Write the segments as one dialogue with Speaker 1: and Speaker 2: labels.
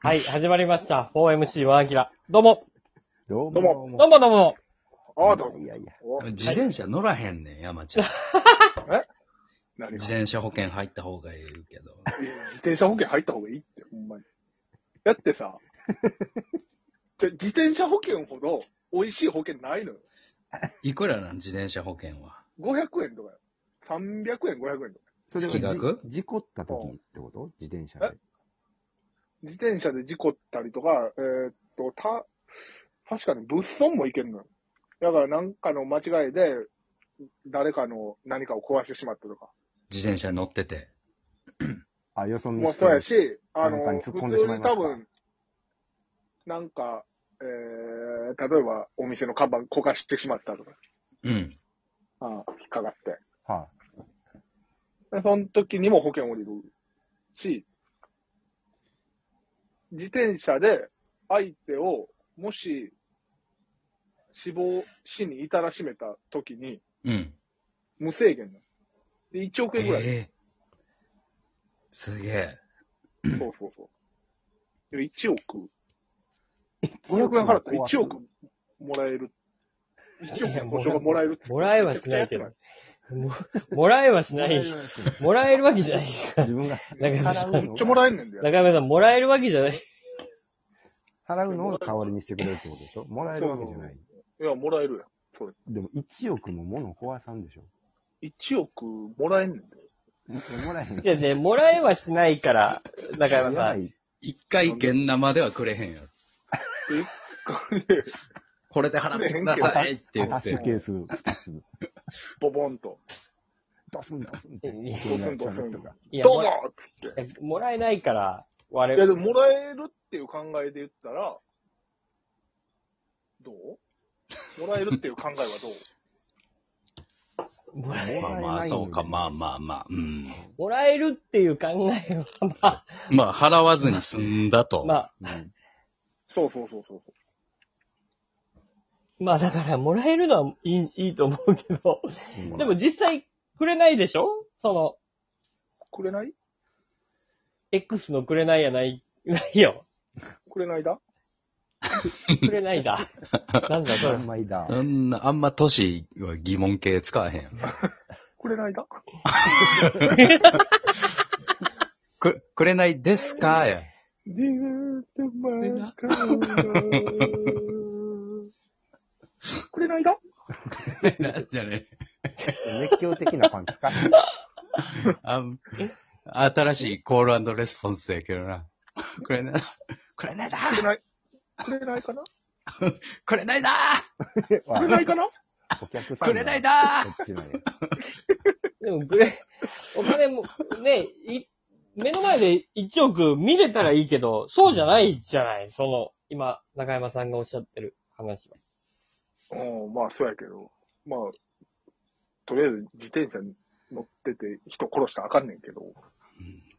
Speaker 1: はい、始まりました。4MC ワンアキラ。どうも、
Speaker 2: どう
Speaker 3: どうも
Speaker 1: どうもどうも。
Speaker 3: ああ、どう
Speaker 2: いやいや。
Speaker 3: も。
Speaker 4: 自転車乗らへんねん、山ちゃん。
Speaker 3: 何
Speaker 4: 自
Speaker 3: 自
Speaker 4: 転車保険入った方がいいけど。
Speaker 3: 転車保険入った方がいいって、ほんまに。だってさ、じゃ自転車保険ほど美味しい保険ないのよ。
Speaker 4: いくらなん、自転車保険は。
Speaker 3: 500円とかよ。300円、500円とか。
Speaker 2: それは
Speaker 4: 月額
Speaker 2: じ事故った時ってこと自転車で。
Speaker 3: 自転車で事故ったりとか、えーっと、た、確かに物損もいけるのよ。だからなんかの間違いで、誰かの何かを壊してしまったとか。
Speaker 4: 自転車乗ってて。
Speaker 2: あ、よその
Speaker 3: もう
Speaker 2: 人
Speaker 3: そうや
Speaker 2: に
Speaker 3: し、あ
Speaker 2: なんかに
Speaker 3: の、
Speaker 2: 突
Speaker 3: 普
Speaker 2: っ込んでし
Speaker 3: 通
Speaker 2: まい
Speaker 3: に
Speaker 2: ました
Speaker 3: 多分、なんか、えー、例えばお店の看板焦がしてしまったとか、
Speaker 4: うん。
Speaker 3: ああ引っかかって。
Speaker 2: は
Speaker 3: でその時にも保険降りるし、自転車で相手を、もし、死亡、死に至らしめた時に、
Speaker 4: うん。
Speaker 3: 無制限なので、1億円ぐらい。
Speaker 4: ええすげえ。
Speaker 3: そうそうそう。で1億。
Speaker 2: い。
Speaker 3: 500円払ったら1億もらえる。1億の保証がもらえるって。
Speaker 1: もらえはしないけど。ももらえはしない。もらえるわけじゃない。
Speaker 2: 自分が
Speaker 1: なんか
Speaker 2: 払
Speaker 3: め
Speaker 2: う
Speaker 3: っ
Speaker 2: の
Speaker 3: ちゃもらえんねんだよ。
Speaker 1: 中山さん、もらえるわけじゃない。
Speaker 2: 払うのを代わりにしてくれるってことでしょもらえるわけじゃない。
Speaker 3: いや、もらえる
Speaker 2: でも1億も物を壊さんでしょ
Speaker 3: やん。1億もらえんねんだよ。
Speaker 2: ももらえへん。
Speaker 1: いやね、もらえはしないから、中山
Speaker 2: や
Speaker 1: さ
Speaker 2: ば
Speaker 1: ん。
Speaker 2: い
Speaker 4: 一回現生ではくれへんよ。
Speaker 3: えこれ、
Speaker 4: これで払ってくださいって言
Speaker 2: アタ
Speaker 4: っ
Speaker 2: ッ シ
Speaker 4: て
Speaker 2: ュ。ケース2つ。
Speaker 3: ボボンと。
Speaker 2: ドスンドスンって。
Speaker 1: いや
Speaker 3: ドスンドスン
Speaker 2: とか。
Speaker 1: いや、
Speaker 3: どう
Speaker 1: も
Speaker 3: ぞ
Speaker 1: ら
Speaker 3: つって。
Speaker 1: いやもらえないから、我
Speaker 3: いや、で
Speaker 1: 々、
Speaker 3: ももらえるっていう考えで言ったら、どうもらえるってい う考えはどう
Speaker 1: もらえ
Speaker 4: まあまあ、そうか、まあまあまあ。うん。
Speaker 1: もらえるっていう考えは、ま
Speaker 4: まあ、払わずに済んだ
Speaker 1: あ、
Speaker 4: と。
Speaker 1: まあ、
Speaker 2: うん
Speaker 3: そうそうそうそう。
Speaker 1: まあだから、もらえるのはいい、いいと思うけど、
Speaker 2: うん
Speaker 1: でも実際、くれないでしょその、
Speaker 3: くれない
Speaker 1: X のくれないやない、 ないよ。
Speaker 3: くれないだ
Speaker 1: くれないだ。なんだそれ
Speaker 2: 三。枚だ。
Speaker 4: そんな、あんま年は疑問系使わへんよ。
Speaker 3: くれないだ
Speaker 4: く、くれないですかや。
Speaker 3: ディーテマカー くれないだ
Speaker 4: なんじゃね
Speaker 2: 熱狂的なパン使って。
Speaker 4: あ新しいコールレスポンスやけど な。くれない、くれないだ
Speaker 3: くれない くれないかな
Speaker 4: くれないだ
Speaker 3: くれないかな
Speaker 2: お客さんが。
Speaker 4: くれないだ
Speaker 2: こっちまで。
Speaker 1: でも、くれ、お金も、ね、い、目の前で1億見れたらいいけど、そうじゃないじゃない。その、今、中山さんがおっしゃってる話は。
Speaker 3: うん、まあ、そうやけど。まあ、とりあえず自転車に乗ってて人殺したらあかんねんけど。
Speaker 4: うん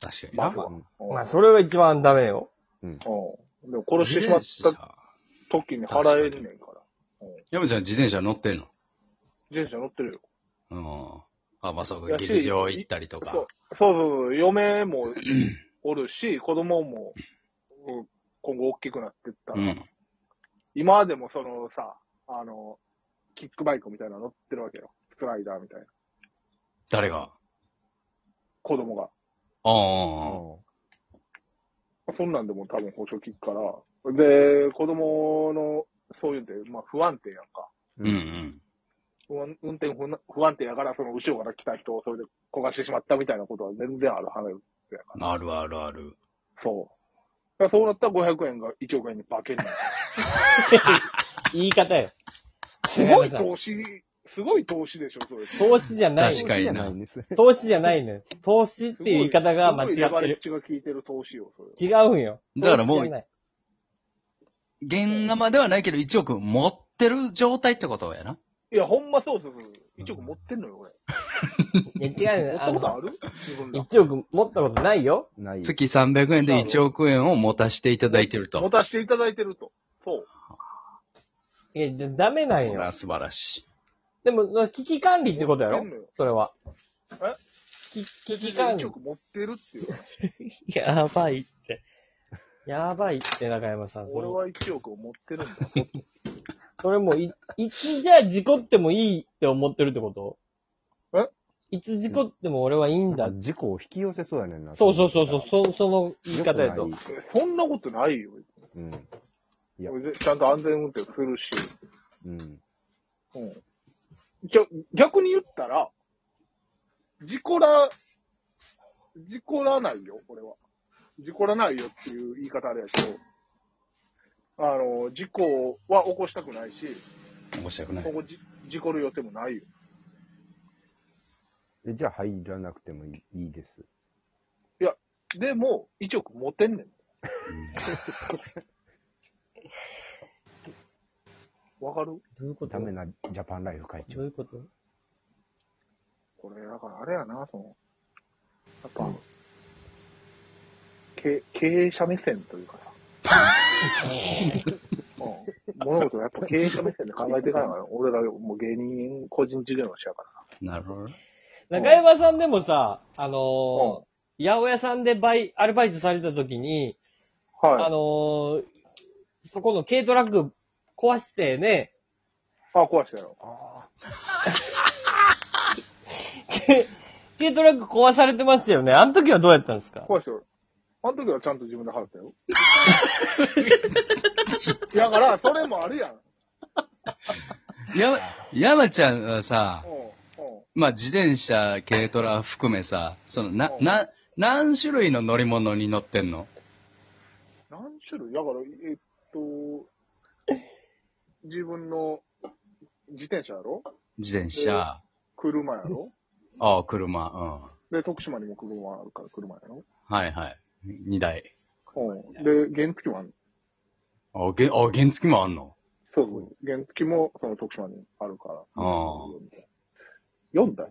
Speaker 4: 確かに
Speaker 3: ま
Speaker 4: な
Speaker 3: ず。は
Speaker 2: うん
Speaker 3: うん
Speaker 1: まあ、それが一番ダメよ。
Speaker 3: うん。でも殺してしまった時に払えんねんから。
Speaker 4: 山ちゃん自転車乗ってんの
Speaker 3: 自転車乗ってるよ。
Speaker 4: うん。あ、まあ、そうか、劇場行ったりと
Speaker 3: そ
Speaker 4: か
Speaker 3: う。そうそうそう。嫁もおるし、子供も、うん今後大きくなってった
Speaker 4: う
Speaker 3: ら、
Speaker 4: ん。
Speaker 3: 今でもそのさ、あの、キックバイクみたいなの乗ってるわけよ。スライダーみたいな。
Speaker 4: 誰が
Speaker 3: 子供が。
Speaker 4: あ
Speaker 2: う
Speaker 4: あ、
Speaker 2: ん
Speaker 3: そんなんでも多分保証聞くから。で、子供の、そういうんて、まあ不安定やんか。
Speaker 4: うんうん。
Speaker 3: 不安運転不な不安定やから、その後ろから来た人をそれで焦がしてしまったみたいなことは全然ある話やから。
Speaker 4: あるあるある。
Speaker 3: そう。だからそうなったら500円が1億円に化ける。
Speaker 1: 言い方よ。
Speaker 3: すごい
Speaker 1: 中山
Speaker 3: 投資、すごい投資でしょ、それ。
Speaker 1: さん投資じゃない。
Speaker 4: 確かにな
Speaker 2: そうじゃいんです
Speaker 1: 投資じゃないのよ。投資っていう言い方が間違っ
Speaker 3: すごいレバ
Speaker 1: て
Speaker 3: レッ
Speaker 1: る。
Speaker 3: ジが効いてる投資よ、それ。
Speaker 1: 違うんよ。
Speaker 4: だからもう
Speaker 1: 投資じゃない
Speaker 4: 現生ではないけど1億持ってる状態ってことやな。
Speaker 3: いや、ほんまそうそうそう。1億持ってんのよ、俺。
Speaker 1: いや、違うのよ。
Speaker 3: 持っ
Speaker 1: あ
Speaker 3: たこと
Speaker 1: の
Speaker 3: あ、る自分ら。
Speaker 1: 1億持ったことないよ。
Speaker 2: ない。
Speaker 4: 月300円で1億円を持たせていただいてる
Speaker 3: 持
Speaker 4: と。
Speaker 3: たせていただいてると。そう。
Speaker 1: いや、ダメなんよ
Speaker 4: あ。素晴らしい。
Speaker 1: でも、その危機管理ってことやろ
Speaker 3: 持ってんのよ
Speaker 1: それは。
Speaker 3: え
Speaker 1: き危機管理
Speaker 3: 1。億持ってるっていう。
Speaker 1: やばいって。やばいって、中山さん。そ
Speaker 3: 俺
Speaker 1: れ
Speaker 3: は1億を持ってるんだ。
Speaker 1: それもうい、いつじゃあ事故ってもいいって思ってるってこと
Speaker 3: え
Speaker 1: いつ事故っても俺はいいん
Speaker 2: な
Speaker 1: だ
Speaker 2: んか。事故を引き寄せそうやねんな。
Speaker 1: そうそうそうそう、そその言い方や
Speaker 2: 良
Speaker 1: と
Speaker 2: くな。い
Speaker 3: そんなことないよ。
Speaker 2: うん。いや
Speaker 3: 俺ちゃんと安全運転するし。
Speaker 2: うん。
Speaker 3: うん。じゃ、逆に言ったら、事故ら、事故らないよ、俺は。事故らないよっていう言い方あれやけど、あの、事故は起こしたくないし、
Speaker 4: 起こしたくない
Speaker 3: 今。後じ事故る予定もないよ。
Speaker 2: えじゃあ入らなくてもいいいいです。
Speaker 3: でも、1億持てんねん。わかる
Speaker 1: どういうこと
Speaker 2: ダ
Speaker 1: ど
Speaker 2: メなジャパンライフ会長
Speaker 1: う。いうこと
Speaker 3: これ、だからあれやな、その、やっぱ、け経営者目線というかさ、うん、物事はやっぱ経営者目線で考えていかないから、俺らもう芸人個人事業主やからさ。
Speaker 4: なるほど。
Speaker 1: 中山さんでもさ、あのー八百屋さんでバイ、アルバイトされた時に、あ
Speaker 3: はい。
Speaker 1: のーそこの軽トラック壊してね、
Speaker 3: あ、壊したよ。
Speaker 2: あ
Speaker 1: 軽軽トラック壊されてましたよね。あの時はどうやったんですか
Speaker 3: 壊したよ。あの時はちゃんと自分で払ったよ。 だから、それもあるやん。
Speaker 4: や、山ちゃんはさ
Speaker 3: う、ん。うん。
Speaker 4: まあ、自転車、軽トラ含めさ、その、な、な、何種類の乗り物に乗ってんの
Speaker 3: 何種類だから、えっと、自分の自転車やろ
Speaker 4: 自転車、
Speaker 3: 車やろ
Speaker 4: ああ、車、
Speaker 3: で、徳島にも車あるから車やろ
Speaker 4: うん。はいはい。二台。
Speaker 3: うん。で、原付もある。
Speaker 4: あ、げ、あ、原付もあんの
Speaker 3: そうそう。原付も、その徳島にあるから。
Speaker 4: あ
Speaker 3: 4台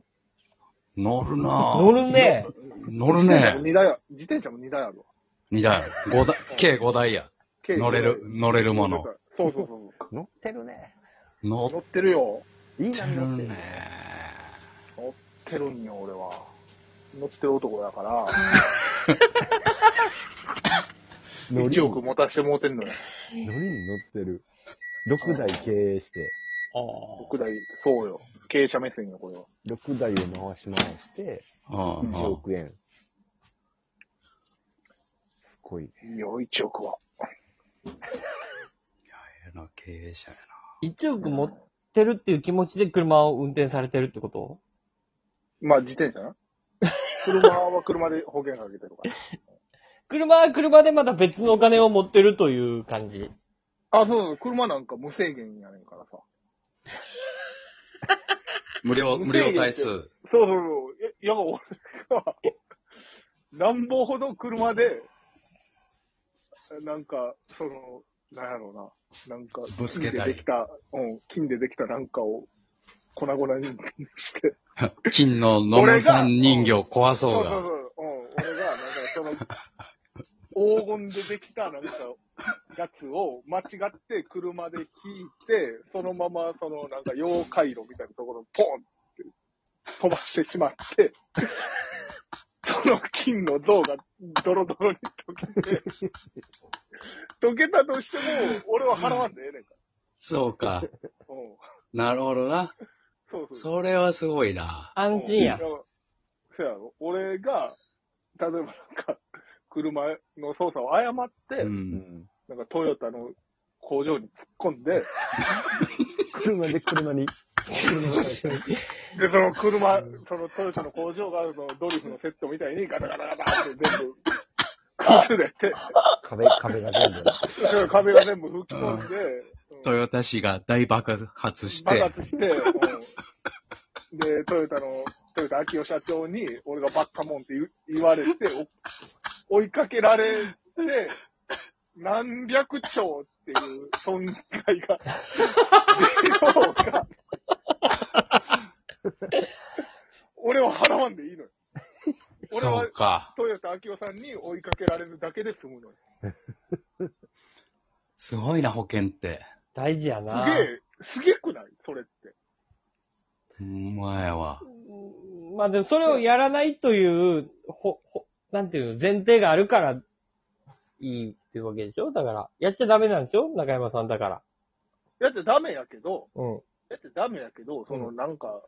Speaker 4: 乗るなぁ
Speaker 1: 乗る。ね。
Speaker 4: 乗るね
Speaker 3: 自転車も2台ある。自転車も2台あるわ。
Speaker 4: 二台。五台、計五台や。
Speaker 3: 軽
Speaker 4: 乗れる、。乗れるもの。
Speaker 3: そうそうそう
Speaker 2: あ。乗ってるね。
Speaker 3: そう。
Speaker 4: 乗っ
Speaker 3: 乗ってるよ。
Speaker 2: いい
Speaker 4: て
Speaker 2: な、
Speaker 4: る
Speaker 2: 乗ってる。
Speaker 4: ね。
Speaker 3: 乗ってるんよ、俺は。乗ってる男だ から、
Speaker 2: 乗り
Speaker 3: 1
Speaker 2: に
Speaker 3: 億持たしてもうてんのよ。
Speaker 2: 乗りに乗ってる。6台経営して、
Speaker 3: 6台、そうよ。経営者目線よ、これは。
Speaker 2: 6台を回し回して、
Speaker 4: うんうん
Speaker 2: 1億円。すごいね。
Speaker 3: いいよ、1億は。
Speaker 4: ええな経営者やな。
Speaker 1: 1億持ってるっていう気持ちで車を運転されてるってこと
Speaker 3: まあ、自転 車な。車は車で保険かけてるから。
Speaker 1: 車は車でまた別のお金を持ってるという感じ。
Speaker 3: あ、そうそう、車なんか無制限やねんからさ。
Speaker 4: 無料、無料対数。
Speaker 3: そうそうそう。いや、いや俺は、なんぼほど車で、なんか、その、なんやろうな。なんか、
Speaker 4: ぶつけた
Speaker 3: 金で
Speaker 4: り
Speaker 3: できた、うん、金でできたなんかを粉々にして。
Speaker 4: 金の野村さん人形壊そ
Speaker 3: そうそ
Speaker 4: うが。
Speaker 3: う。うん、俺が、なんかその、黄金でできたなんか、やつを間違って車で引いて、そのまま、その、なんか、溶回路みたいなところにポンって飛ばしてしまって、その金の像がドロドロに溶けて、溶けたとしても、俺は払わんでええねんか
Speaker 4: そう
Speaker 3: ら。
Speaker 4: か。
Speaker 3: うん。
Speaker 4: なるほどな。
Speaker 3: そうそう。
Speaker 4: それはすごいな。
Speaker 1: 安心や
Speaker 3: い。そやろ。俺が、例えばなんか、車の操作を誤って、
Speaker 4: うん。
Speaker 3: なんかトヨタの工場に突っ込んで、
Speaker 2: 車で車に、車の会社に
Speaker 3: で、その車、そのトヨタの工場が、そのドリフのセットみたいにガタガタガタって全部崩れて、
Speaker 2: 壁、壁が全部。
Speaker 3: その壁が全部吹き飛んで、うん
Speaker 4: トヨタ市が大爆発し
Speaker 3: 爆
Speaker 4: て、
Speaker 3: 発して、うんで、トヨタの、トヨタ秋代社長に、俺がバッカモンって言う言われて、お 追いかけられて、何百兆っていう損害が、出ようが俺は払わんでいいのよ。俺
Speaker 4: そ
Speaker 3: は
Speaker 4: うか。
Speaker 3: トヨタ秋代さんに追いかけられるだけで済むのよ。
Speaker 4: すごいな、保険って。
Speaker 1: 大事やな。
Speaker 3: すげえ、すげくないそれって。
Speaker 4: ほんま やわ。
Speaker 1: うんまあでもそれをやらないという、ほ、ほ、なんていうの、前提があるから、いいっていうわけでしょだから、やっちゃダメなんでしょ中山さんだから。
Speaker 3: だってダメやけど、
Speaker 1: うん。
Speaker 3: だってダメやけど、そうのなんか、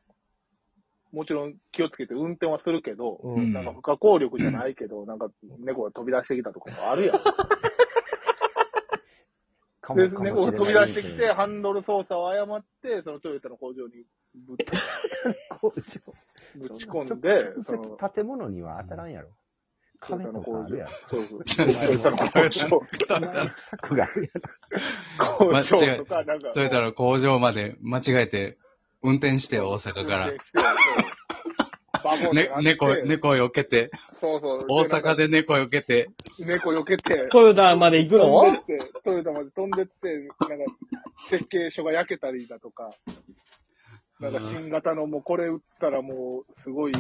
Speaker 3: もちろん気をつけて運転はするけど、
Speaker 1: う
Speaker 4: うん
Speaker 1: ん。
Speaker 3: なんか不可抗力じゃないけど、なんか猫が飛び出してきたとかもあるやん。
Speaker 2: かもかもし
Speaker 3: で、
Speaker 2: れない
Speaker 3: 猫が飛び出してきて、ハンドル操作を誤って、そのトヨタの工場にぶっ
Speaker 2: 工場
Speaker 3: ぶち込んで、そ
Speaker 2: 直
Speaker 3: の、
Speaker 2: 接建物には当たらんやろ。
Speaker 3: トヨ
Speaker 2: 壁
Speaker 3: タの
Speaker 2: と
Speaker 3: 工
Speaker 2: か
Speaker 3: 場
Speaker 2: あるやろ。
Speaker 3: そうそうトヨタの工
Speaker 4: トヨ
Speaker 2: 前
Speaker 4: タ
Speaker 2: の柵があるやろ。
Speaker 3: 場、工場とか、なんか、
Speaker 4: トヨタの工場まで間違えて運転して大阪から
Speaker 3: 運。転して。そう
Speaker 4: ね、猫、。
Speaker 3: バゴンになって
Speaker 4: 猫を避けて、
Speaker 3: そうそう。
Speaker 4: 大阪
Speaker 3: で
Speaker 4: で猫を避けて、
Speaker 3: なんか。猫避けて、
Speaker 1: トヨタまで行く
Speaker 3: 飛ん
Speaker 1: の
Speaker 3: でって、トヨタまで飛んでって、なんか、設計書が焼けたりだとか、なんか新型のもうこれ売ったらもう、すごい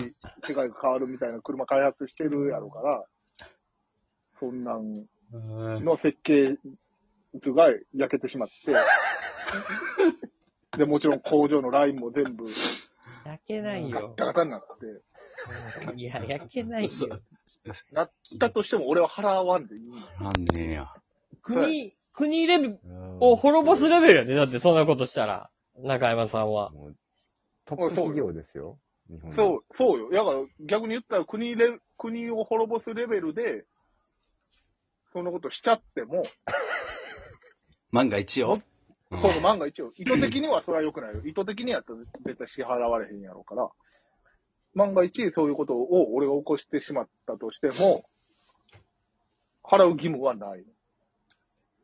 Speaker 3: 世界が変わるみたいな車開発してるやろから、そんなん
Speaker 4: うん
Speaker 3: の設計図が焼けてしまって、で、もちろん工場のラインも全部
Speaker 1: 焼けない
Speaker 3: ガ
Speaker 1: よ
Speaker 3: ッ。タガタになって、
Speaker 1: いや、焼けない
Speaker 4: そ
Speaker 1: よ。
Speaker 3: なったとしても俺は払わんでいい。
Speaker 4: なんねえや。
Speaker 1: 国、国レベル
Speaker 2: お
Speaker 1: を滅ぼすレベルやで。だってそんなことしたら。中山さんは。
Speaker 2: もうトップ企業ですよ。日本の
Speaker 3: そう、そうよ。だから逆に言ったら国レ、国を滅ぼすレベルで、そんなことしちゃっても、
Speaker 4: 万が一よ。うん
Speaker 3: その万が一を、意図的にはそれは良くないよ。意図的にやったら絶対支払われへんやろうから、万が一そういうことを俺が起こしてしまったとしても、払う義務はない。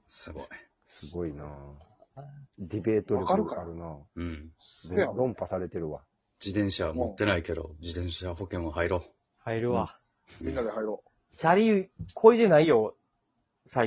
Speaker 4: すごい。
Speaker 2: すごいなぁディベート力
Speaker 3: わかるか
Speaker 2: あるなぁ
Speaker 4: うん。
Speaker 3: うやろ
Speaker 2: 論破されてるわ。
Speaker 4: 自転車は持ってないけど、自転車保険も入ろう。
Speaker 1: 入るわ。
Speaker 3: みんなで入ろう。
Speaker 1: チャリ、こいでないよ。最近。